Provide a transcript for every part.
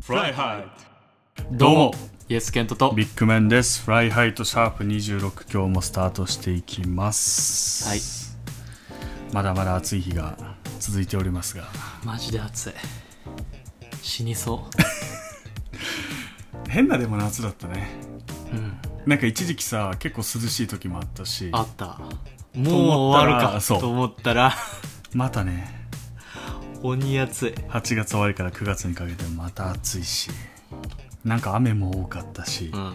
フライハイどうもイエスケントとビッグメンですフライハイとシャープ26今日もスタートしていきますはいまだまだ暑い日が続いておりますがマジで暑い死にそ変なでも夏だったねううんなんか一時期さ結構涼しい時もあったしあったもう終わるかそうと思ったらまたね鬼暑い8月終わりから9月にかけてまた暑いしなんか雨も多かったし、うん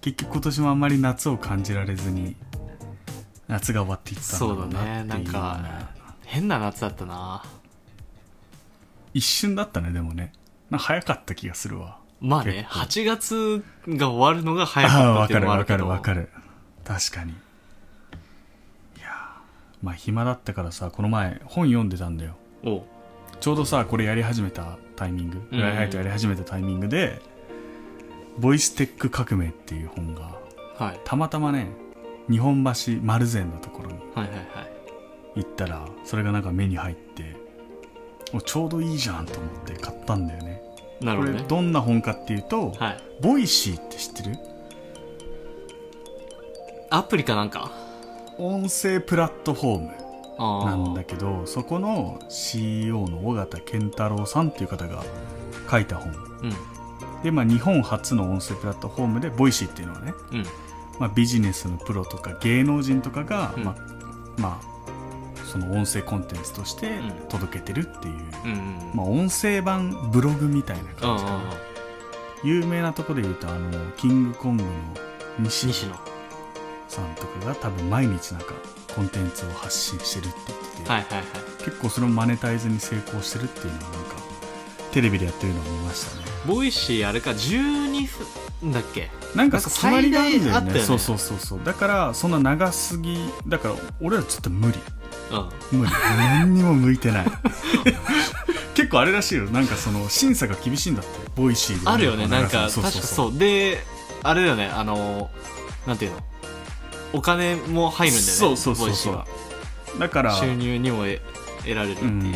結局今年もあんまり夏を感じられずに夏が終わっていったんだそろうだうなっていねうなんか変な夏だったな一瞬だったねでもねなんか早かった気がするわまあね結構8月が終わるのが早ああかったっわていかうのるもあわるけかどるわかる確かにいやーまあ暇だったからさこの前本読んでたんだよおうちょうどさこれやり始めたタイミングうんフライハイトやり始めたタイミングで「ボイステック革命」っていう本がはいたまたまね日本橋丸善のところにはいはいはい行ったらそれがなんか目に入っておちょうどいいじゃんと思って買ったんだよねなるこほれどねどんな本かっていうと、はいボイシーって知ってるアプリかなんか音声プラットフォームああなんだけどそこの CEO の尾形健太郎さんっていう方が書いた本うんで、まあ、日本初の音声プラットフォームでボイシーっていうのはね、うんまあ、ビジネスのプロとか芸能人とかが、うんまあまあその音声コンテンツとしてうん届けてるっていう、うんうんまあ、音声版ブログみたいなうん感うじかんなうん有名なとこで言うとあのキングコングの西西野はさんとかが多分毎日なんかコンテンツを発信してるって言っていて、はいはい結構それをマネタイズに成功してるっていうのはなんかテレビでやってるのを見ましたねボイシーあれか12分だっけなんかなんか決まりがあるんだ最大あよっねたよねそうそうそうそうだからそんな長すぎだから俺らちょっと無理うん無理何にも向いて ない結構あれらしいよなんかその審査が厳しいんだってボイシーであるよねなんかそ確うかそうそうそうであれだよねあのなんていうのお金も入るんだよねそうそうそうボイシそーうはだから収入にも得得られるっていうう、ん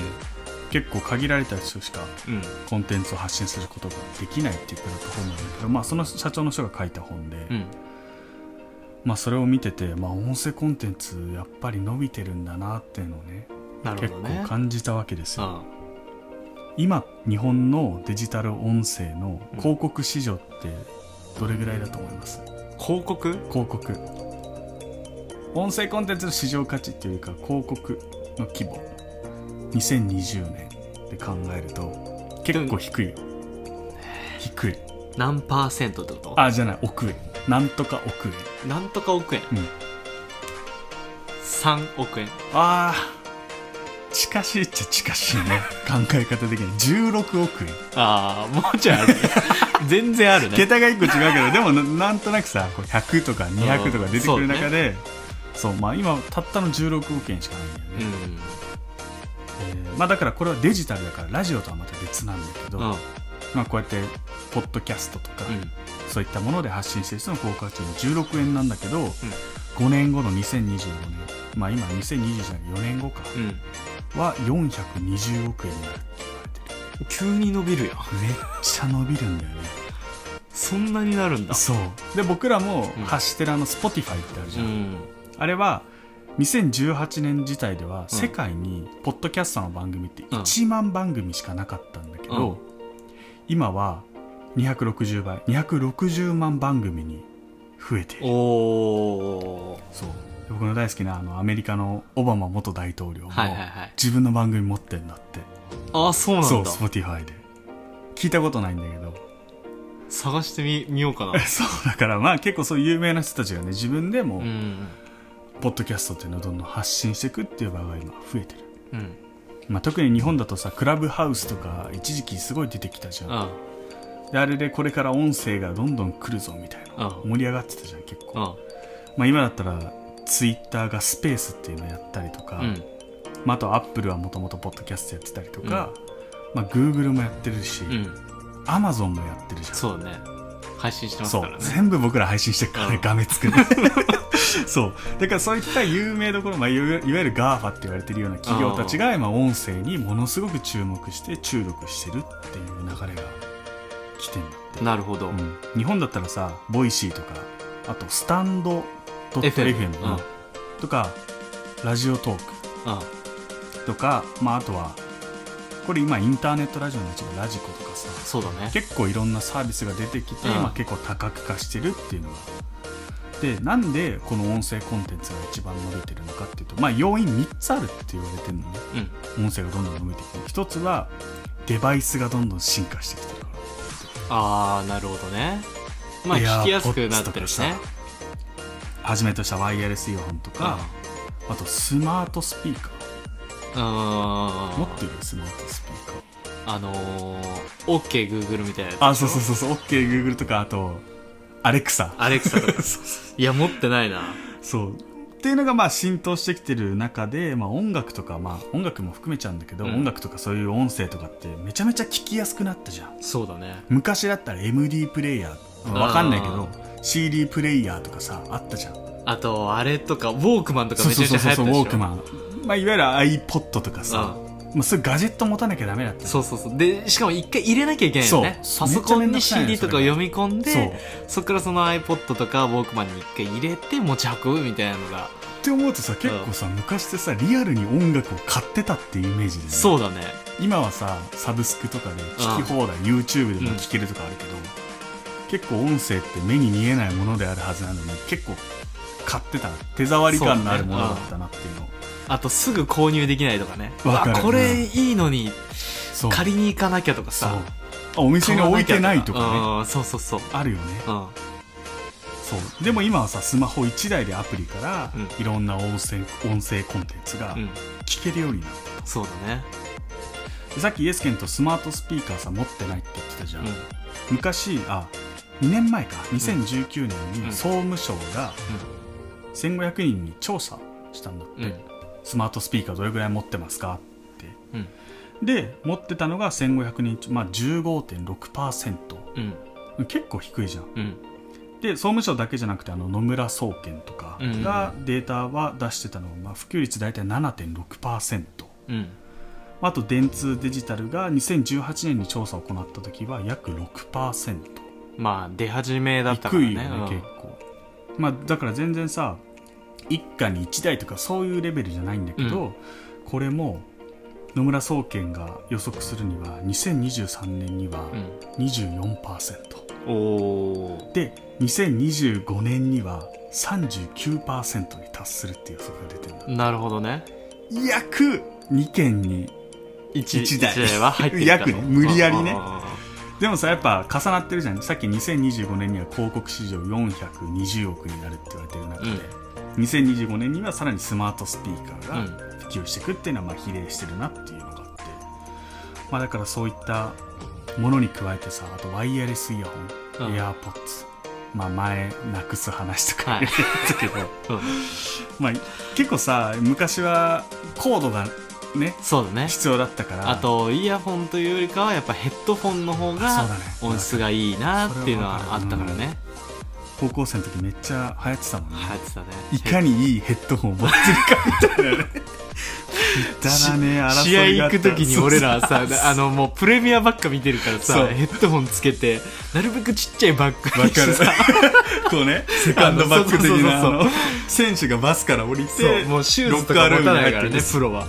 結構限られた人しかうんコンテンツを発信することができないっていうプラットフォームなんだけど、まあ、その社長の人が書いた本で、うんまあ、それを見てて、まあ、音声コンテンツやっぱり伸びてるんだなっていうのをねなる結ほど構ね感じたわけですうよ、ん今日本のデジタル音声の広告市場ってどれぐらいだと思います、広告広告音声コンテンツの市場価値っていうよりか広告の規模2020年で考えると結構低いよ低い何パーセントってことあじゃない億円なんとか億円なんとか億円、うん3億円あー近しいっちゃ近しいね考え方的に16億円ああもうちょ いあるね全然あるね桁が1個違うけどでもななんとなくさこう100とか200とか出てくる中で、そうまあ今たったの16億円しかないんだようね、んえーまあ、だからこれはデジタルだからラジオとはまた別なんだけど、うんうんまあ、こうやってポッドキャストとか、そういったもので発信してる人の効果値も16円なんだけど、5年後の2025年まあ今2020じゃない4年後か、うんは420億円になるって言われてる急に伸びるやんめっちゃ伸びるんだよねそんなになるんだそうで僕らもうん発してるあの Spotify ってあるじうゃん、んあれは2018年自体では世界にポッドキャストの番組って1万番組しかなかったんだけど、うん今は260倍260万番組に増えているおーそうで僕の大好きなあのアメリカのオバマ元大統領もはいはいはい自分の番組持ってんだって、ああそうなんだそう Spotify で聞いたことないんだけど探してみみようかな そうだからまあ結構そういう有名な人たちがね自分でもうんポッドキャストっていうのをどんどん発信していくっていう場合が今増えてる、うんまあ、特に日本だとさクラブハウスとか一時期すごい出てきたじゃんあであれでこれから音声がどんどん来るぞみたいなうん盛り上がってたじゃん結構、あまあ、今だったらツイッターがスペースっていうのをやったりとか、うんまあ、あとアップルはもともとポッドキャストやってたりとか、まあ、グーグルもやってるし、うんアマゾンもやってるじゃんそうだね配信してますそかうらね全部僕ら配信してる からねうんがめつくねそうだからそういった有名どころ、まあ、いわゆるいわゆる GAFA って言われてるような企業たちが今音声にものすごく注目して注力してるっていう流れが来てんだって、なるほど、うん日本だったらさボイシーとかあとスタンド FM .fm うんとかラジオトークあとか、まあ、あとはこれ今インターネットラジオのうちでラジコとかさそうだね結構いろんなサービスが出てきて、うん今結構多角化してるっていうのがでなんでこの音声コンテンツが一番伸びてるのかっていうとまあ要因3つあるって言われてるのねうん音声がどんどん伸びてきてる一つはデバイスがどんどん進化してきてるからああなるほどねまあいやー聞きやすくなってるしねポッツはじめとしたワイヤレスイヤホンとか、あとスマートスピーカうんー持ってるスマートスピーカーあのー、OKGoogle みたいなやつあそうそうそうそう OKGoogle とかあとアレクサアレクサ とかいや持ってないなそうっていうのがまあ浸透してきてる中で、まあ、音楽とか、まあ、音楽も含めちゃうんだけど、うん音楽とかそういう音声とかってめちゃめちゃ聞きやすくなったじゃんそうだね昔だったら MD プレイヤーわかんないけどあ CD プレイヤーとかさあったじゃんあとあれとかウォークマンとかそうめちゃそうめちそゃう流行ってそうたウでォーしょクマン、まあ、いわゆる iPod とかさ、まあ、そういうガジェット持たなきゃダメだったじゃんそうそうそうでしかも一回入れなきゃいけないよねそうパソコンめっにちゃめんどくさいの CD とかを読み込んでそそうっからその iPod とかウォークマンに一回入れて持ち運ぶみたいなのがって思うとさ結構さ、昔ってさリアルに音楽を買ってたっていうイメージで、ね、そうだね今はさサブスクとかで聞き放題 YouTube でも聞けるとかあるけど、結構音声って目に見えないものであるはずなのに結構買ってた手触り感のあるものだったなっていうのあとすぐ購入できないとかねわかるあこれいいのにそう,、借りに行かなきゃとかそうさあお店に置いてないと買かねわなきゃとかうんそうそうそうあるよねうんそうでも今はさスマホ1台でアプリからういろんな音声音声コンテンツがうん聞けるようになっそうだねたでさっきイエスケンとスマートスピーカーさ持ってないって言ってたじゃうん昔あ2年前か2019年うにん総務省が1500人に調査したんだって、うんスマートスピーカーどれぐらい持ってますかってうんで持ってたのが1500人中、まあ、15.6%うん結構低いじゃんうんで総務省だけじゃなくてあの野村総研とかがデータは出してたのが、まあ、普及率大体7.6%うんあと電通デジタルが2018年に調査を行った時は約6%まあ出始めだったから低ねいよね結構、まあ、だから全然さ一家に一台とかそういうレベルじゃないんだけど、うこれも野村総研が予測するには2023年にはうん24%、うんおーで2025年には39%に達するっていう予測が出てるんだなるほどね約2件に一一台一は入ってるかと約ね無理やりねうんうんうんうんでもさやっぱ重なってるじゃんさっき2025年には広告市場420億になるって言われてる中で、2025年にはさらにスマートスピーカーが、うん普及していくっていうのはまあ比例してるなっていうのがあって、まあ、だからそういったものに加えてさあとワイヤレスイヤホン、うんエアーポッツまあ前なくす話とかは言いったけど、うん まあ結構さ昔はコードがねそうだね必要だったからあとイヤホンというよりかはやっぱヘッドフォンの方そうがだね音質がいいなっていうのはあったからね高校生の時めっちゃ流行ってたもんね、流行ってたねいかにいいヘッドホンを持ってるかみたい なねくだらねえ争試合いがあ行ったく時に俺らそうさそうそうあのもうプレミアばっか見てるからそさうヘッドホンつけてなるべくちっちゃいバッグわにかしてるさこうねセカンドバック的なあのそうそうそうそうあの選手がバスから降りそてうもうシューズとか持たないからねプロは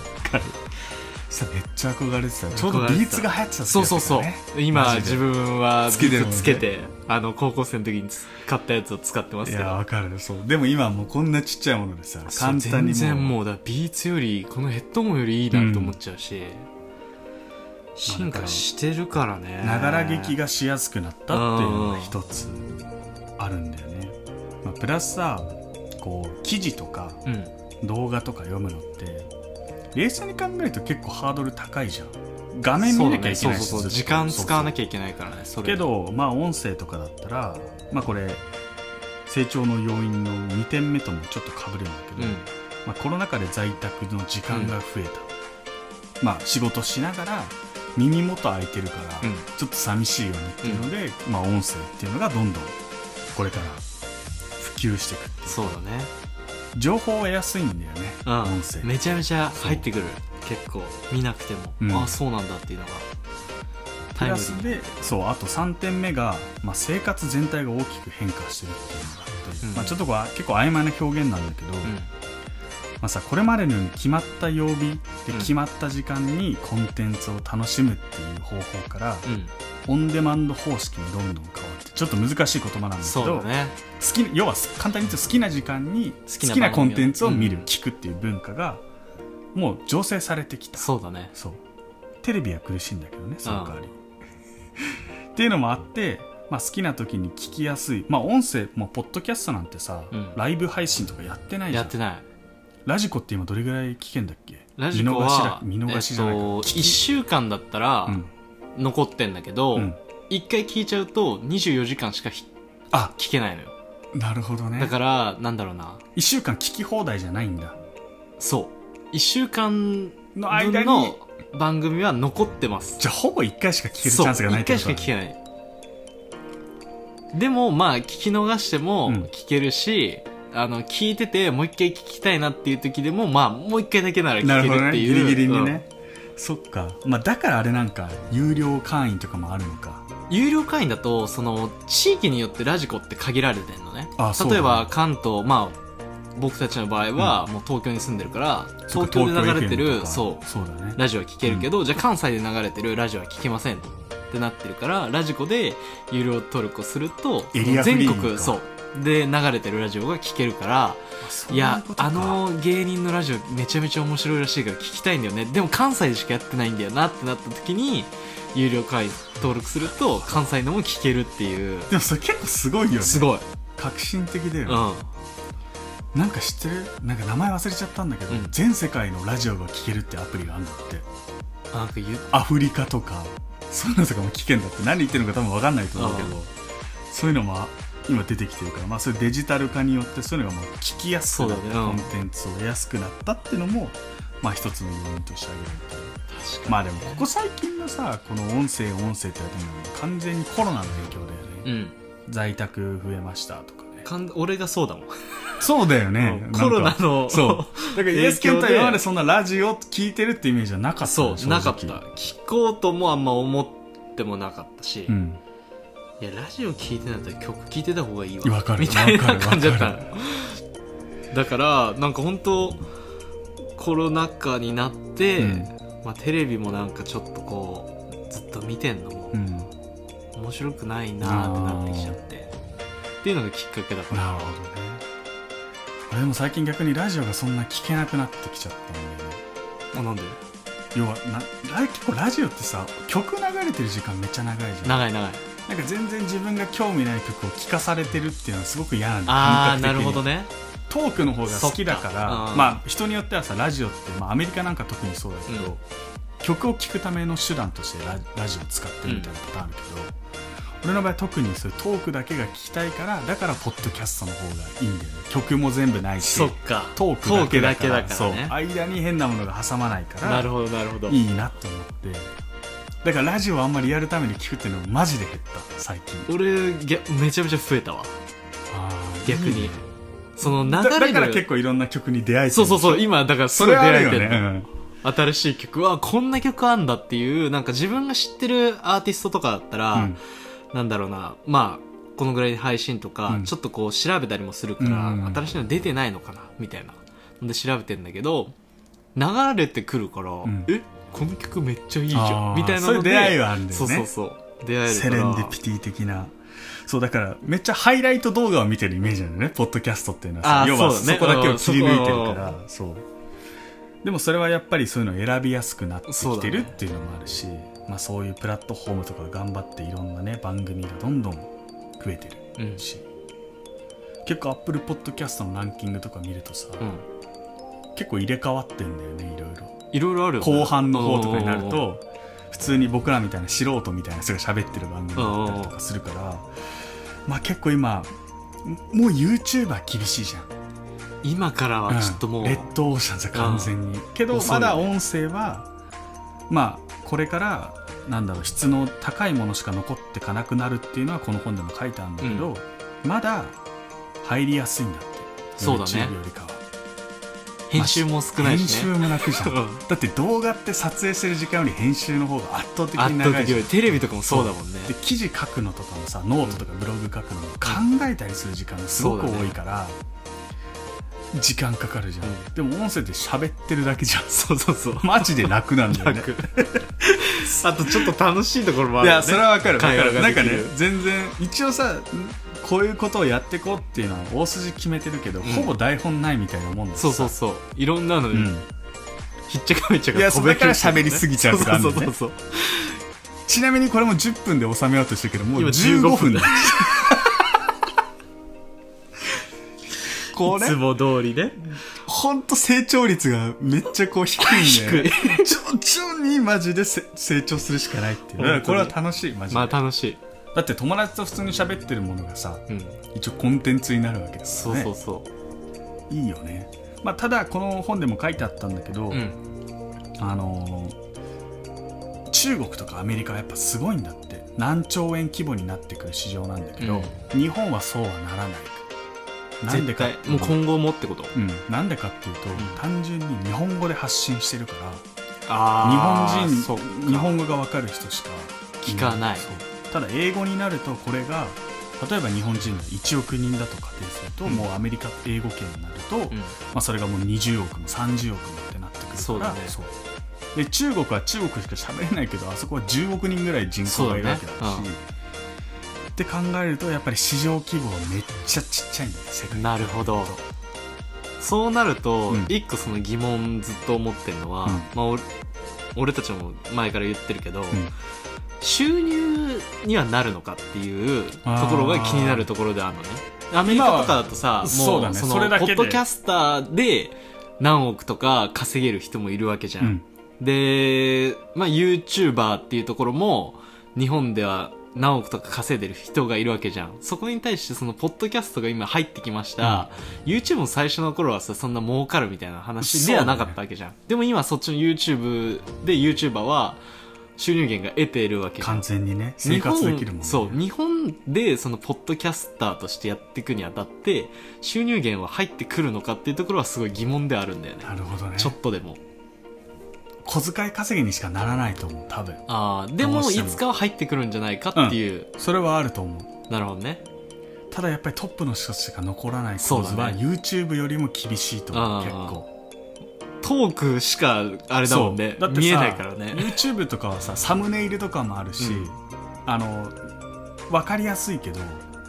さめっちゃ憧れてたよちょうどビーツが流行ってた時そうそうそう今マジで自分はつけてるもんねつけてあの高校生の時に買ったやつを使ってますいけやどわかるそうでも今はもうこんなちっちゃいものでさそう簡単に全然もうだビーツよりこのヘッドホンよりいいなと思っちゃうし、進化してるからねながら劇がしやすくなったっていうのが一つあるんだよね、まあ、プラスさこう記事とかうん動画とか読むのって冷静に考えると結構ハードル高いじゃん画面見なきゃいけそうないだねそしずっうそうそうと時間使わなそうきゃいけないからねそそうれけどまあ音声とかだったらまあこれ成長の要因の2点目ともちょっとかぶるんだけうど、んまあ、コロナ禍で在宅の時間が増えた、まあ仕事しながら耳元空いてるから、うんちょっと寂しいよねっていうので、まあ音声っていうのがどんどんこれから普及していくっていうそうだね情報は安いんだよね、音声うんめちゃめちゃ入ってくる結構見なくても、うんあそうなんだっていうのがプタイラムリスーでそうあと3点目が、まあ、生活全体が大きく変化してるっていうのがあって、うんまあ、ちょっとこれは結構曖昧な表現なんだけど、まあ、さこれまでのように決まった曜日でうん決まった時間にコンテンツを楽しむっていう方法から、うん、うん、オンデマンド方式にどんどん変わってちょっと難しい言葉なんだけそどうだね好き要は簡単に言うと好きな時間に好きなきなコンテンツを見る、番組をうん聞くっていう文化がもう醸成されてきたそうだねそうテレビは苦しいんだけどねその代わり っていうのもあって、まあ、好きな時に聞きやすいまあ音声もうポッドキャストなんてさ、うんライブ配信とかやってないじゃやんってないラジコって今どれぐらい聞けんだっけラジコは見逃しだ見逃しじゃないか、えっと、聞1週間だったらうん残ってんだけど、うん1回聞いちゃうと24時間しかひあ聞けないのよなるほどねだからなんだろうな1週間聞き放題じゃないんだそう1週間の間分にの番組は残ってますじゃあほぼ1回しか聞けるチャンスがない1回しか聞けないでもまあ聞き逃してもうん聞けるし、あの聞いててもう一回聞きたいなっていう時でもまあもう一回だけなら聞なるけほどるっねていギうリギリにね、そっか、まあ、だからあれなんか有料会員とかもあるのかうん有料会員だとその地域によってラジコって限られてんのねあそうだね例えば関東まあ僕たちの場合はもう東京に住んでるから、そっ東か京で流れ FM てとるかそうそうだねラジオは聞けるけど、じゃあ関西で流れてるラジオは聞けませんってなってるからラジコで有料登録をするとエリアフリー全か国そうで流れてるラジオが聞けるからそういうやことかあの芸人のラジオめちゃめちゃ面白いらしいから聞きたいんだよねでも関西でしかやってないんだよなってなった時に有料会員登録すると関西のも聞けるっていうでもそれ結構すごいよねすごい、革新的だうよん、ね、あなんか知ってるなんか名前忘れちゃったんだけど、うん全世界のラジオが聞けるってアプリがあるんだってなんか言うアフリカとかそういうのとかも聞けんだって何言ってるのか多分分かんないと思うけどそういうのも今出てきてるから、まあ、それデジタル化によってそういうのがもう聞きやすくなっそうただねコうんンテンツを得やすくなったっていうのも、まあ、一つの要因として挙げられてる確かにまあでもここ最近のさこの音声音声ってやってるのも完全にコロナの影響だよね、うん在宅増えましたとかねかん俺がそうだもん、そうだよね うなんんかコロナのそうだからイエスケンとは今までそんなラジオ聞いてるってイメージはなかったそう正直なかった聞こうともあんま思ってもなかったし、うんいやラジオ聞いてないと曲聞いてた方がいいわわかるみたわいかなる感じだったわかるだからなんか本当コロナ禍になって、うんまあ、テレビもなんかちょっとこうずっと見てんのもうん面白くないなーってなってきちゃってっていうのがきっかけだからなるほどね俺でも最近逆にラジオがそんな聞けなくなってきちゃったんだよねあなんで要はなラ結構ラジオってさ曲流れてる時間めっちゃ長いじゃん長い長いなんか全然自分が興味ない曲を聴かされてるっていうのはすごく嫌なんだああ感な覚る的にほどねトークの方が好きだからそっかうんまあ人によってはさラジオって、まあ、アメリカなんか特にそうだけど、うん曲を聴くための手段としてララジオを使ってるみたいなパターンあるけど、俺の場合特にそういうトークだけが聞きたいからだからポッドキャストの方がいいんだよね曲も全部ないしそっかトークだけだかトーらクだけだそうからね間に変なものが挟まないからなるほどなるほどいいなと思ってだからラジオをあんまりやるために聞くっていうのマジで減った最近俺ぎゃめちゃめちゃ増えたわ逆にいいねそのだ流れだるから結構いろんな曲に出会えてそうそううそう今だからすそぐ出れあ会るえよてねる、、新しい曲はこんな曲あんだっていうなんか自分が知ってるアーティストとかだったら、うんうんなんだろうなまあこのぐらいで配信とか、うんちょっとこう調べたりもするから、うんうんうん新しいの出てないのかなみたいなで調べてんだけど流れてくるから、んえこの曲めっちゃいいじゃあーんみたいそなのでういう出会いはあるんだよねそうそうそう出会えるかセらレンディピティ的なそうだからめっちゃハイライト動画を見てるイメージなんだよねポッドキャストっていうのはさあー要はそうそだねこだけを切り抜いてうんるからそうでもそれはやっぱりそういうのを選びやすくなってきてるっていうのもあるしまあ、そういうプラットフォームとかが頑張っていろんなね番組がどんどん増えてるうんし結構アップルポッドキャストのランキングとか見るとさ、うん結構入れ替わってんだよねいろいろいろいろあるよね後半の方とかになると普通に僕らみたいな素人みたいな人が喋ってる番組だったりとかするからまあ結構今もう YouTuber 厳しいじゃん今からはちょっともう、レッドオーシャンズは完全にけど遅いまよねだ音声はまあこれからなんだろう質の高いものしか残ってかなくなるっていうのはこの本でも書いてあるんだけど、まだ入りやすいんだってそうだね YouTube よりかは編集も少ない編し集ねも楽じゃんうんだって動画って撮影してる時間より編集の方が圧倒的圧に倒長い的じゃよんりテレビとかもそうだもんねで記事書くのとかもさノートとかブログ書くのも考えたりする時間がすごくそうだ多ねいから、時間かかるじゃん、うんでも音声って喋ってるだけじゃんそうそうそうマジで楽なんだよね楽 あとちょっと楽しいところもあいるよやねそれはわかるわか会話るがなんできかるね全然一応さんこういうことをやってこうっていうのは大筋決めてるけど、んほぼ台本ないみたいなもんだしそうそうさそういろんなのうにんひっちゃかめっちゃいや飛べるそれから喋りすぎちゃうとかあるそのうねそうそうそうちなみにこれも10分で収めようとしてるけどもう今15 15分分だだこいつれも通りねほんと成長率がめっちゃこう低いんだよね徐々にマジでせ成長するしかないっていうだからこれは楽しいマジで、まあ楽しい、だって友達と普通に喋ってるものがさうん、一応コンテンツになるわけですそようねそうそう、いいよね、まあ、ただこの本でも書いてあったんだけど、うん、あのー中国とかアメリカはやっぱすごいんだって何兆円規模になってくる市場なんだけど、日本はそうはならないなんで絶か対っていうもうと今後もってことうん、なんでかっていうと、ん単純に日本語で発信してるから日あー本そっか人日本語が分かる人しか聞かないそうただ英語になるとこれが例えば日本人が1億人だと仮定すると、うんもうアメリカ英語圏になると、うまんあ、それがもう20億も30億もってなってくるからそうだねうで中国は中国しか喋れないけどあそこは10億人ぐらい人口がいるわけだしそうだねって考えるとやっぱり市場規模はめっちゃちっちゃいんだよ世界なるほどそうなるとうん一個その疑問ずっと思ってるのは、うんまあ、お俺たちも前から言ってるけど、ん収入にはなるのかっていうところが気になるところであるのねアメリカとかだとさ今はそもうだねのそれだけポでッドキャスターで何億とか稼げる人もいるわけじゃうんで、まあ、YouTuber っていうところも日本では何億とか稼いでる人がいるわけじゃんそこに対してそのポッドキャストが今入ってきました、YouTube も最初の頃はさそんな儲かるみたいな話ではなかったわけじゃん、でも今そっちの YouTube で YouTuber は収入源が得ているわけじゃ完ん全にね生活できるもん、ね、日本そう日本でそのポッドキャスターとしてやっていくにあたって収入源は入ってくるのかっていうところはすごい疑問ではあるんだよねなるほどねちょっとでも小遣い稼ぎにしかならないと思う多分ああでどうもいしてもつかは入ってくるんじゃないかっていう、それはあると思うなるほどねただやっぱりトップの人しか残らないそ構うだ図ねは、YouTube よりも厳しいと思うあー結構トークしかあれだもんねそうだってさ見えないからね YouTube とかはさサムネイルとかもあるし、うんあの分かりやすいけど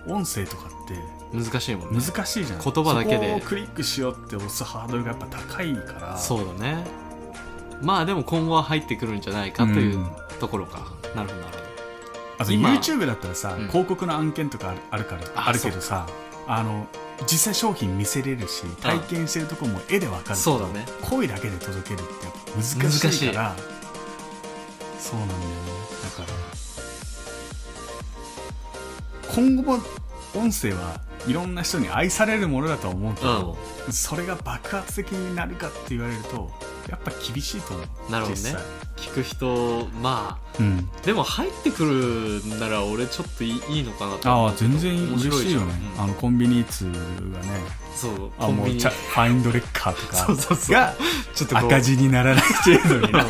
音声とかって難しいもんね難しいじゃん、言葉だけでそこをクリックしようって押すハードルがやっぱ高いからそうだねまあでも今後は入ってくるんじゃないかといううんところか、なるほどなるほどあと今 YouTube だったらさ、うん広告の案件とかあるあるからああるけどさあの実際商品見せれるし体験してるとこも絵でわかるけどそうだね声だけで届けるってやっぱ難しいからそうなんだよねだから今後も音声はいろんな人に愛されるものだとは思うけど、それが爆発的になるかって言われるとやっぱ厳しいと思うなるほどね実際聞く人まあうんでも入ってくるなら俺ちょっといいいいのかなとあ思あうけど全然嬉しいよね、うんあのコンビニ通がねそうあコンもビうニちゃファインドレッカーとかそうそうそうがちょっとこう赤字にならない程度にな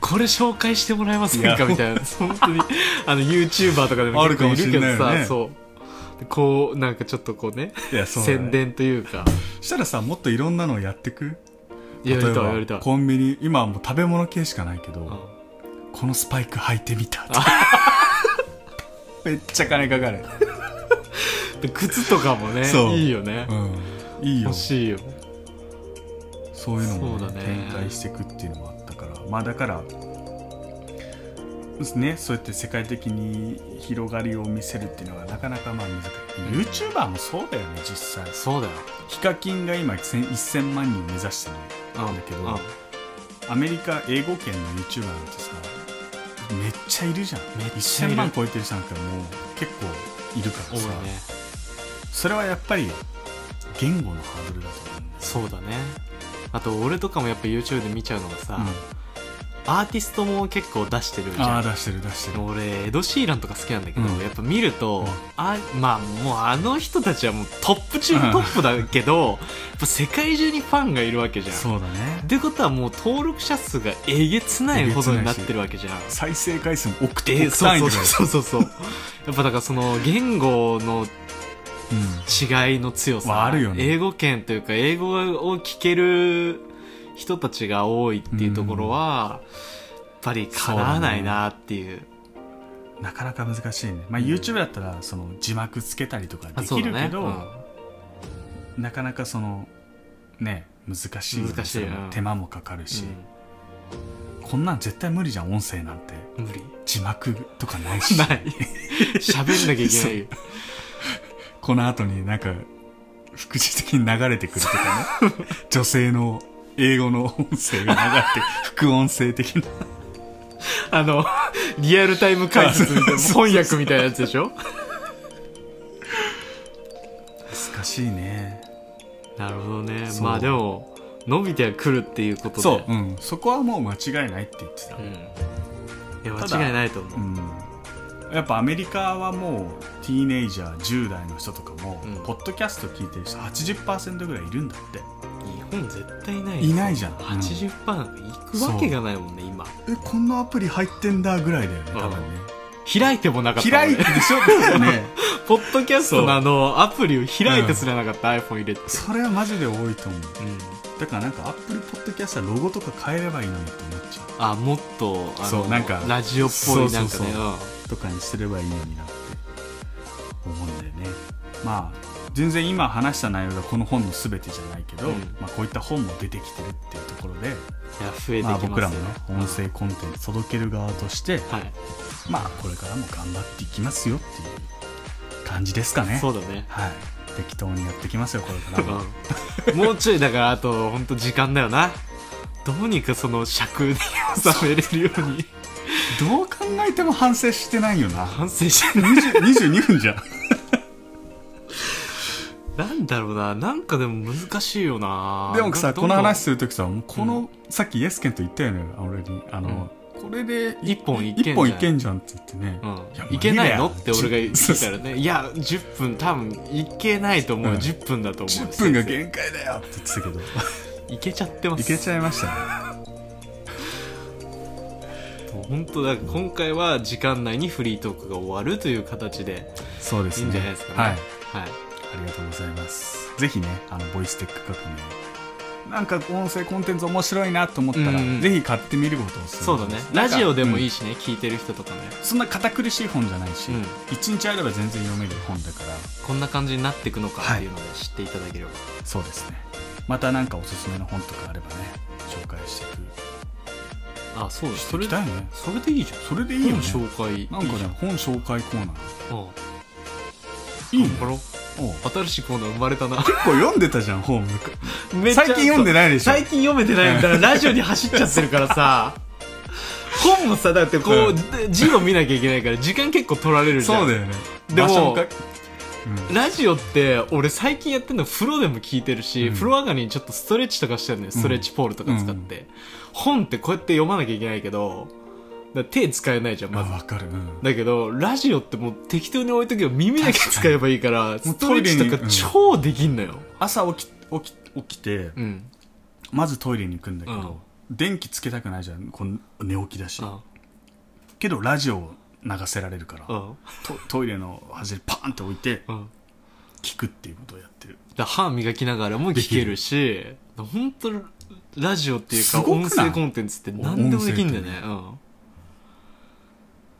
これ紹介してもらえませんいやかみたいな 本当にあの YouTuber とかでもある結か構もいしるれけないどさ、よねそうでこうなんかちょっとこうねいやそうだね宣伝というかしたらさもっといろんなのをやってくやりたい例えばやりたいコンビニ今はもう食べ物系しかないけど、うんこのスパイク履いてみたとかめっちゃ金かかる、で靴とかもねそういいよね、うん、いいよ欲しいよそういうのもね、そうだね展開していくっていうのもあったからまあだからねそうやって世界的に広がりを見せるっていうのがなかなかまあ難しい、YouTuber もそうだよね実際そうだよヒカキンが今1000 1000万人を目指してるなんだけどアメリカ英語圏の YouTuber なんてさめっちゃいるじゃんめっちゃいる1000万超えてる人なんかもう結構いるか多らいさ、ねそれはやっぱり言語のハードルだと思うんだよそうだねあと俺とかもやっぱ YouTube で見ちゃうのがさ、うアーティストも結構出してるじあゃあん出してる出してる俺エド・シーランとか好きなんだけど、うんやっぱ見ると、うんあまあもうあの人たちはもうトップ中のトップだけど、やっぱ世界中にファンがいるわけじゃんっそうだねてことはもう登録者数がえげつないほどになってるわけじゃん再生回数も億え億単位とそかうそうそうそうそうやっぱだからその言語のうん違いの強まさああるよね英語圏というか英語を聞ける人たちが多いっていうところは、やっぱりかなわないなっていうなかなか難しいね、まあ、うん YouTube だったらその字幕つけたりとかあでそうきだるけねど、うんなかなかそのね難しいよね難しいそのうん手間もかかるし、こんなん絶対無理じゃん音声なんてうん無理字幕とかないし ない喋んなきゃいけないよこの後になんか副次的に流れてくるとか ね女性の英語の音声が流れて副音声的なあのリアルタイム解説 みたいな翻訳みたいなやつでしょ難しいねなるほどねそうまあでも伸びてはくるっていうことでそう、うん、そこはもう間違いないって言ってた、うん、いやただ間違いないと思う、うん、やっぱアメリカはもうティーネイジャー10代の人とかも、うんポッドキャスト聞いてる人80%ぐらいいるんだって日本絶対ないいないじゃん80%なんか行くわけがないもんね今えこんなアプリ入ってんだぐらいだよね多分ね開いてもなかったもん開いてね、で しょだよねポッドキャストのあのアプリを開いてすらなかった、iPhone 入れてそれはマジで多いと思ううんだからなんかアップルポッドキャストはロゴとか変えればいいのにって思っちゃあもっとあそのうなんかラジオっぽいなんかそうそうねそううんうとかにすればいいのになって思うんだよねまあ全然今話した内容がこの本の全てじゃないけど、うんまあ、こういった本も出てきてるっていうところでいや増えてきままあ、すよ、僕らもね音声コンテンツ届ける側として、はいまあ、これからも頑張っていきますよっていう感じですかねそうだねはい適当にやってきますよこれから もうんもうちょいだからあと本当時間だよなどうにかその尺に収めれるようにどう考えても反省してないよな 反省し20 22分じゃんなんだろうななんかでも難しいよなでもさこどんどのん話するときさもうこの、うんさっきイエスケンと言ったよね俺にあの、これで一本い一けんじゃん本いけんじゃんって言ってね、やうん、いけないの無理だよって俺が言った そう らねいや10分多分いけないと思う、うん10分だと思う10分が限界だよって言ってたけ どいけちゃってまいすけちゃいましたね本当だから今回は時間内にフリートークが終わるという形でそうでいすいねんじゃないですかねはいはい、ありがとうございます。ぜひね、あのボイステック革命。なんか音声コンテンツ面白いなと思ったら、うんうんぜひ買ってみることをする。そうだねラジオでもいい。いしね、聞いてる人とかねうんそんな堅苦しい本じゃないしうん、一、日あれば全然読める本だから、こんな感じになっていくのかっていうので知っていただければ、そうですね。またなんかおすすめの本とかあればね、紹介していく。あそうだしてそいれきたいね。それでいいじゃんそれでいいよ本ね。紹介なんかね、本紹介コーナー。いいいいねね。ほらおう新しいコーナー生まれたな結構読んでたじゃん、本。めっちゃ最近読んでないでしょ。最近読めてないんだからラジオに走っちゃってるから さ本もさだってうこう、字を見なきゃいけないから時間結構取られるじゃんそうだよね。でも場所かうんラジオって俺最近やってるの風呂でも聞いてるし、うん風呂上がりにちょっとストレッチとかしてるのよストレッチポールとか使って、本ってこうやって読まなきゃいけないけどだから手使えないじゃんまあ、ずわかる。うんだけどラジオってもう適当に置いとけば耳だけ使えばいいからにストレッチともかうトイレに超できんのよ、朝起き起き起きてうんまずトイレに行くんだけど、電気つけたくないじゃんこの寝起きだし、うんけどラジオを流せられるから、うんトトイレの端にパーンって置いてうん聞くっていうことをやってるだ歯磨きながらも聞けるし、本当ラジオっていうすかごくない音声コンテンツって何でもできんだよね。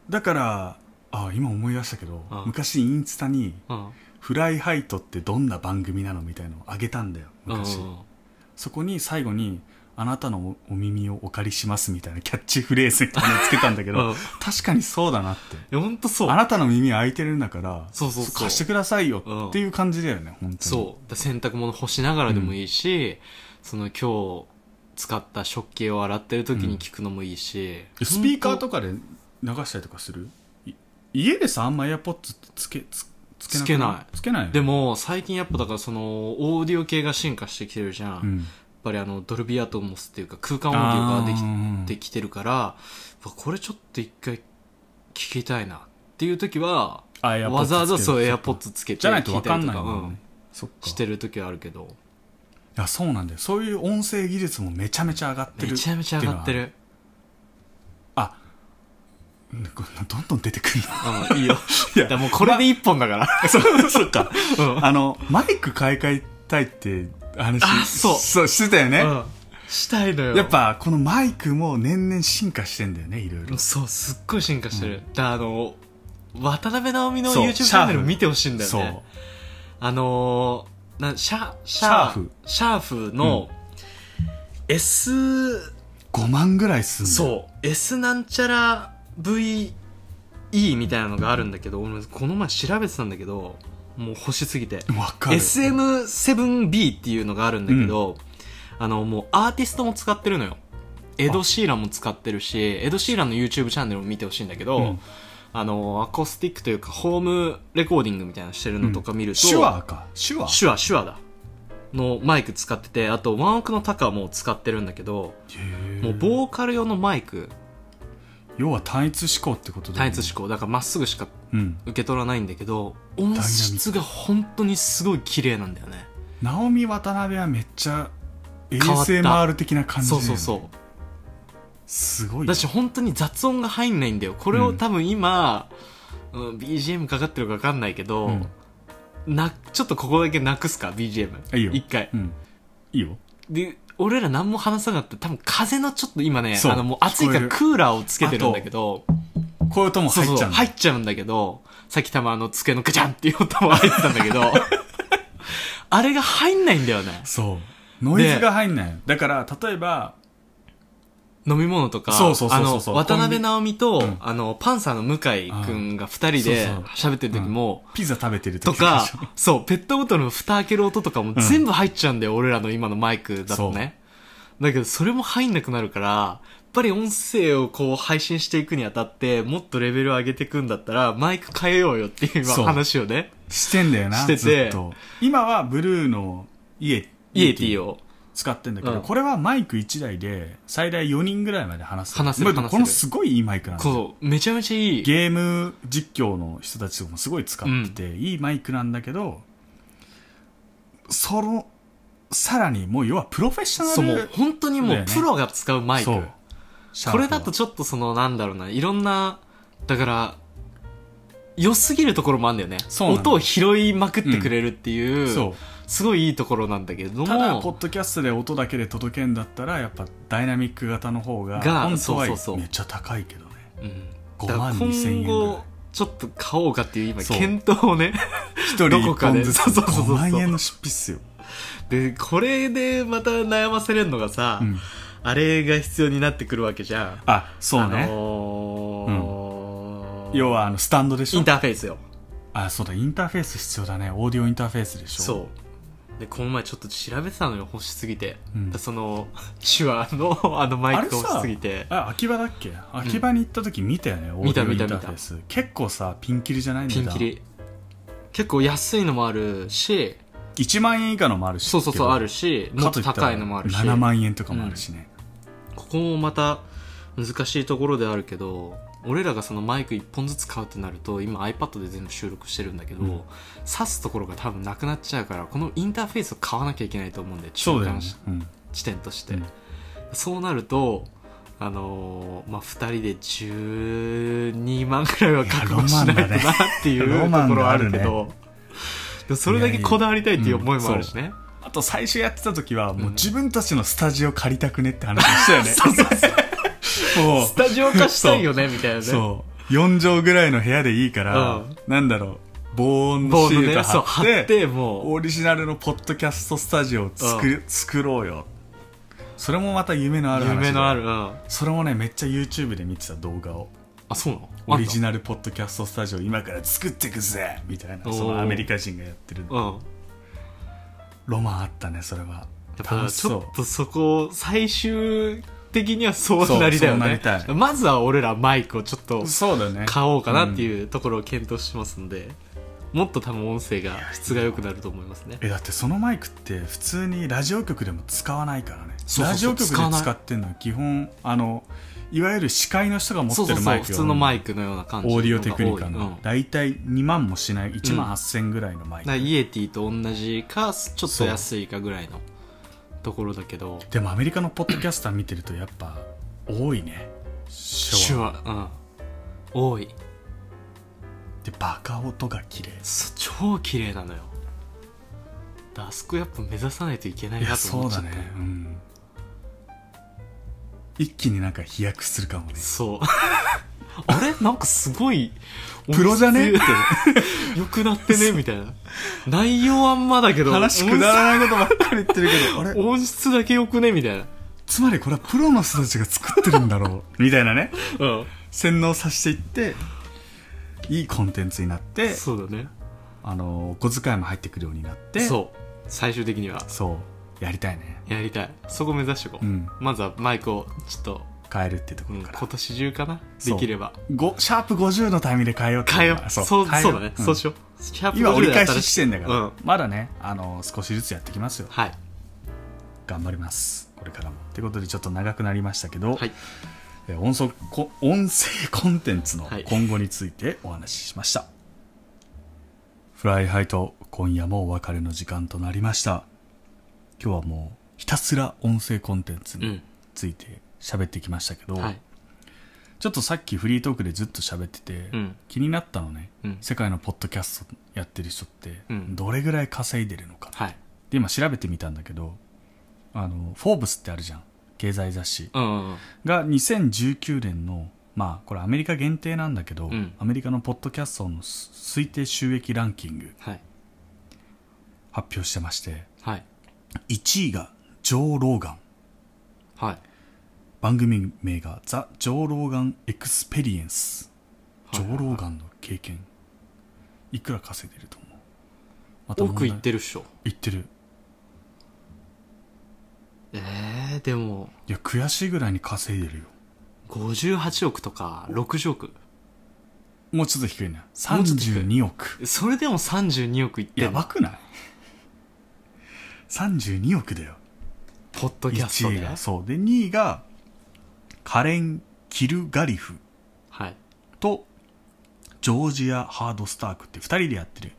だからあ今思い出したけど、うん昔インスタにうん。うん。 「フライハイトってどんな番組なの?」みたいのをあげたんだよ昔、うんそこに最後に「あなたのおお耳をお借りします」みたいなキャッチフレーズみたいなのつけたんだけど、うん確かにそうだなっていや、本当そうあ。なたの耳開いてるんだから、そうそうそう貸してくださいよっていう感じだよね、本当に。そう。だ洗濯物干しながらでもいいし、その今日使った食器を洗ってる時に聞くのもいいし。えスピーカーとかで流したりとかするい家でさ、あんまエアポッツってつけ、つつけなく。つけないつけないよねで、も最近やっぱだからそのオーディオ系が進化してきてるじゃん。うん。ぱりあのドルビーアトモスっていうか空間音響ができってきてるから、うわこれちょっと一回聞きたいなっていう時はあーわざわざそうエアポッツツつけてじゃないと聞分いたかりんとないか、もんね、うんそっかしてる時はあるけどいやそうなんだよそういう音声技術もめちゃめちゃ上がってるめちゃめちゃ上がってっるていうのはどんどん出てくるなうんいいよ いや だからもうこれで一本だから、そうそっかうん あのマイク買い替えたいって話あそうしてたよね、うんしたいのよやっぱこのマイクも年々進化してんだよねいろいろそうすっごい進化してる、だからあの渡辺直美のそう YouTube チシャャーンフネル見てほしいんだよそうねあのーなシャシシャーフシャーフの S、 5万ぐらいすんのそう S なんちゃら VE みたいなのがあるんだけど俺この前調べてたんだけどもう欲しすぎてわかる SM7B っていうのがあるんだけど、あのもうアーティストも使ってるのよエド・シーランも使ってるしエド・シーランの YouTube チャンネルも見てほしいんだけど、うんあのアコースティックというかホームレコーディングみたいなのしてるのとか見ると、手話か手話手話手話だのマイク使っててあとワンオクのタカも使ってるんだけどへーもうボーカル用のマイク要は単一思考ってことだ単よね一指向だからまっすぐしかうん受け取らないんだけど音質が本当にすごい綺麗なんだよね直美渡辺はめっちゃわった ASMR 的な感じだそようねそうそうすごいよだし本当に雑音が入んないんだよこれを多分今、うん BGM かかってるか分かんないけど、うんなちょっとここだけなくすか BGM いいよ一回うんいいよで俺ら何も話さなかった多分風のちょっと今ねそうあのもう暑いから聞こえクーラーをつけてるんだけどこういう音もそう入そっうちゃうんだ入っちゃうんだけどさっきたまあの机のガチャンっていう音も入ってたん だけどあれが入んないんだよねそうノイズが入んないだから例えば飲み物とか、そうそうそうそうあの、渡辺直美と、うんあの、パンサーの向井くんが二人でああ喋ってる時も、ピザ食べてると時か、そう、ペットボトルの蓋開ける音とかも全部入っちゃうんだよ、俺らの今のマイクだとね。だけど、それも入んなくなるから、やっぱり音声をこう配信していくにあたって、もっとレベルを上げていくんだったら、マイク変えようよっていう今そう話をね、 してんだよなしててずっと今はブルーのイエイエティをを。使ってんだけど、うんこれはマイク1台で最大4人ぐらいまで話す話せるまあでも話せこるのすごいいいマイクなんですよそう、めちゃめちゃいい。ゲーム実況の人たちとかもすごい使ってて、いいマイクなんだけどそのさらにもう要はプロフェッショナルそう、もう本当にもだようねプロが使うマイク。そうシャーこプはれだとちょっとそのなんだろうないろんなだから良すぎるところもあるんだよねそうなんだ音を拾いまくってくれるっていう,、そすごいいいところなんだけどもうただポッドキャストで音だけで届けんだったらやっぱダイナミック型の方がが本当はそうそうそうめっちゃ高いけどねう5んだから万2000円今ぐらい後ちょっと買おうかっていう今そう検討をね 一人どこ1か本でずつそうそうそうそう5万円の出費っすよ、でこれでまた悩ませれるのがさ、うんあれが必要になってくるわけじゃんあそうね、あのー要はあのスタンドでしょインターフェースよあそうだインターフェース必要だねオーディオインターフェースでしょそうでこの前ちょっと調べてたのよ欲しすぎて、うんその 手話の あのマイクが欲しすぎてあ秋葉だっけ秋葉に行った時見たよね、オー見デたィオイ見ンたターフェース結構さピンキリじゃないんだピンキリ結構安いのもあるし1万円以下のもあるしそうそうそうあるししもっと高いのもあるし7万円とかもあるしね、ここもまた難しいところであるけど俺らがそのマイク1本ずつ買うってなると今 iPad で全部収録してるんだけど、うん挿すところが多分なくなっちゃうからこのインターフェースを買わなきゃいけないと思うんでそうだよね中間し、うん地点として、うんそうなるとあのーまあ、2人で12万ぐらいは確保しないといやロマンだねなっていうロとマこンろがはああるるけねど、でもそれだけこだわりたいっていう思いもあるしね、あと最初やってた時はもううん自分たちのスタジオ借りたくねって話したよね そうそうそ うもうスタジオ化したいよねみたいなねそう4畳ぐらいの部屋でいいから、うんなんだろう防音のボシーードルねそう貼貼っっててもうオリジナルのポッドキャストスタジオを作,、う作ろうよそれもまた夢のある話だ夢のある、うん、それもねめっちゃ YouTube で見てた動画をあそうなのオリジナナルポッドキャストスタジオ今から作ってくぜみたいおなーそのアメリカ人がやってるうんロマンあったねそれはやっぱ楽しちそょうっとそこ最終的にはそうなりだよそうそうなりねたいまずは俺らマイクをちょっとそうだよね買おうかなっていうところを検討してますんで、もっと多分音声が質が良くなると思いますねえだってそのマイクって普通にラジオ局でも使わないからねそうそうそうラジオ局で使わない使ってるのは基本あのいわゆる司会の人が持そうってそうるそマイうク普よ通のマイクのような感じのオーディオテクニカのが多いのうん大体2万もしない1万8000ぐらいのマイク、だからイエティと同じかちょっと安いかぐらいのところだけどでもアメリカのポッドキャスター見てるとやっぱ多いね手手話話うん多いでバカ音が綺麗そ超綺麗なのよだあそこやっぱ目指さないといけないいやなとそ思うっちゃだったねうん一気になんか飛躍するかもねそう あれなんかすごい プロじゃね音 質ってよくなってねみたいな内容あんまだけど話くだらないことばっかり言ってるけどあれ音音質だけよくねみたいなつまりこれはプロの人たちが作ってるんだろ うみたいなねうん洗脳させていっていいコンテンツになってそうだねあのお小遣いも入ってくるようになってそう最終的にはそうやりたいねやりたいそこ目指していこう、うんまずはマイクをちょっと、変えるっていうとこうんろから今年中かなそでうきればごシャープ50のタイミングで変えようって変えようそうそう変えよだね、んそうしようシャープ今50折り返だったらし地点だから、うんまだねあの少しずつやってきますよはい頑張りますこれからもってことでちょっと長くなりましたけど、はいえー音速こ音声コンテンツのはい今後についてお話ししました、フライハイと今夜もお別れの時間となりました今日はもうひたすら音声コンテンツうにんついて喋ってきましたけど、はいちょっとさっきフリートークでずっと喋ってて、うん気になったのね、うん世界のポッドキャストやってる人ってうんどれぐらい稼いでるのか、はいで今調べてみたんだけどあのフォーブスってあるじゃん経済雑誌うんうんうんが2019年のまあこれアメリカ限定なんだけど、うんアメリカのポッドキャストのす推定収益ランキングはい発表してましてはい1位がジョー・ローガンはい番組名が「ザ・ジョー・ローガン・エクスペリエンス」はいジョー・ローガンの経験いくら稼いでると思うまた問奥題行ってるっしょ行ってるえー、でもいや悔しいぐらいに稼いでるよ58億とか60億もうちょっと低いなもうちょっと低い32億それでも32億いってやんのばくない32億だよポッドキャスト1位でがそうで2位がカレン・キルガリフはいとジョージア・ハードスタークって2人でやってる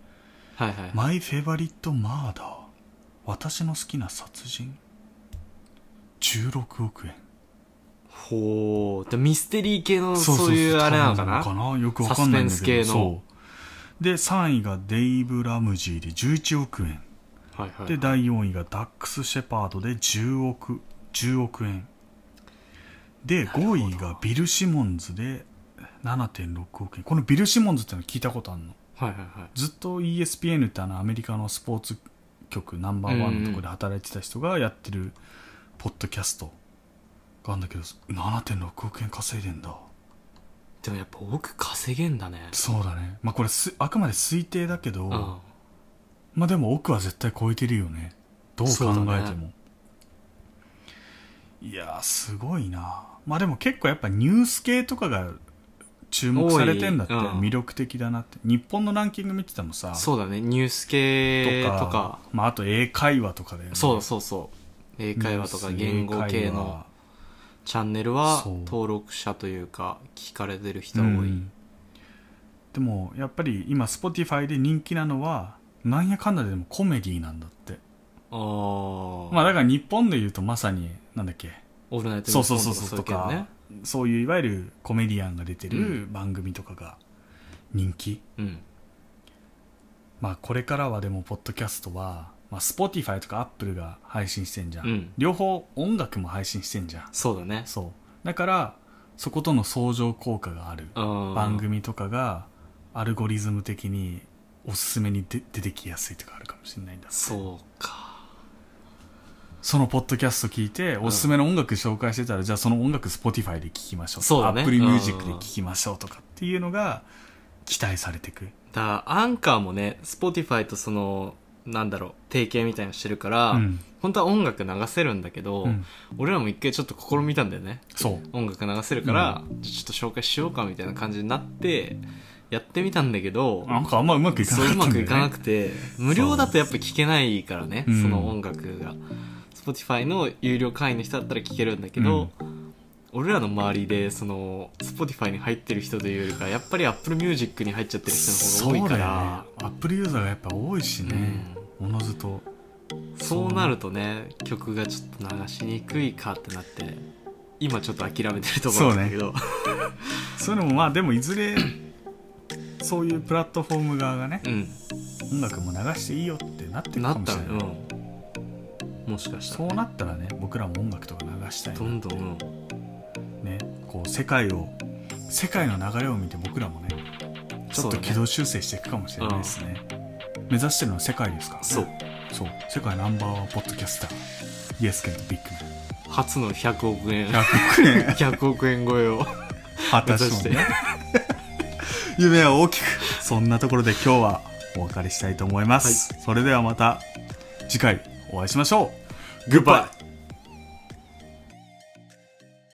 はいはい「マイ・フェバリット・マーダー」私の好きな殺人16億円ほうでミステリー系のそそういうあれなのかな多分のかなよくわかんないんだサスけどペンス系のそうで3位がデイブ・ラムジーで11億円はいはいで第4位がダックス・シェパードで10億10億円で5位がビル・シモンズで7.6億円このビル・シモンズっての聞いたことあるのはいはいはいずっと ESPN ってあのアメリカのスポーツ局ナンバーワンのところで働いてた人がやってるポッドキャストがあるんだけど7.6億円稼いでんだでもやっぱ億稼げんだねそうだねまあこれすあくまで推定だけど、うんまあでも奥は絶対超えてるよねどう考そうえだても、ねいやーすごいなまあでも結構やっぱニュース系とかが注目されてんだって多いうん魅力的だなって日本のランキング見ててもさそうだねニュース系とかまあ、あと英会話とかだよねそうそうそう英会話とか言語系のチャンネルはそう登録者というか聞かれてる人人多多い、い、でもやっぱり今 Spotify で人気なのはなんやかんだでもコメディなんだってあー、まあだから日本で言うとまさになんだっけオールナイトニそうッポそンうそうそうととかそういうかそういういわゆるコメディアンが出てる番組とかが人気、系ねまあこれからはでもポッドキャストは、まあ、Spotify とか Apple が配信してんじゃん、うんうん両方音楽も配信してんじゃんそうだねそうだからそことの相乗効果がある番番組とかがアルゴリズム的におすすめにで出てきやすいとかあるかもしれないんだそうかそのポッドキャスト聞いておすすめの音楽紹介してたら、じゃあその音楽 Spotify で聴きましょうそうだね Apple Music で聴きましょうとかっていうのが期待されてくだからアンカーもね Spotify とそのなんだろう提携みたいなのしてるから、うん本当は音楽流せるんだけど、うん俺らも一回ちょっと試みたんだよねそう音楽流せるから、じゃあちょっと紹介しようかみたいな感じになってやってみたんだけど、なんかあんまうまくいかなそうかったうまんくだいよかなねくて、無料だとやっぱ聞けないからね、うそんの音楽が。Spotify の有料会員の人だったら聞けるんだけど、俺らの周りで、その、Spotify に入ってる人というよりか、やっぱり Apple Music に入っちゃってる人そのうだ方が多いかよねら、アップルユーザーがやっぱ多いしねおのずとそうなるとね、曲がちょっと流しにくいかってなって、今ちょっと諦めてるところなんだけど、そういうのもまあでもいずれそういうプラットフォーム側がねうん、音楽も流していいよってなってくなかっもたしれら、ない、うん。もしかしたそら、うなったらね僕らも音楽とか流したいどんどん、うんねこう世界を世界の流れを見て僕らもねちょそっうだとね軌道修正していくかもしれないですね目指してるのは世界ですからねそう。そう世界ナンバーワンポッドキャスターイエスケンとビッグ初の100億円。 マン100億円100億円超えを果目た指ししててね夢は大きくそんなところで今日はお別れしたいと思います、それではまた次回お会いしましょうグッバイ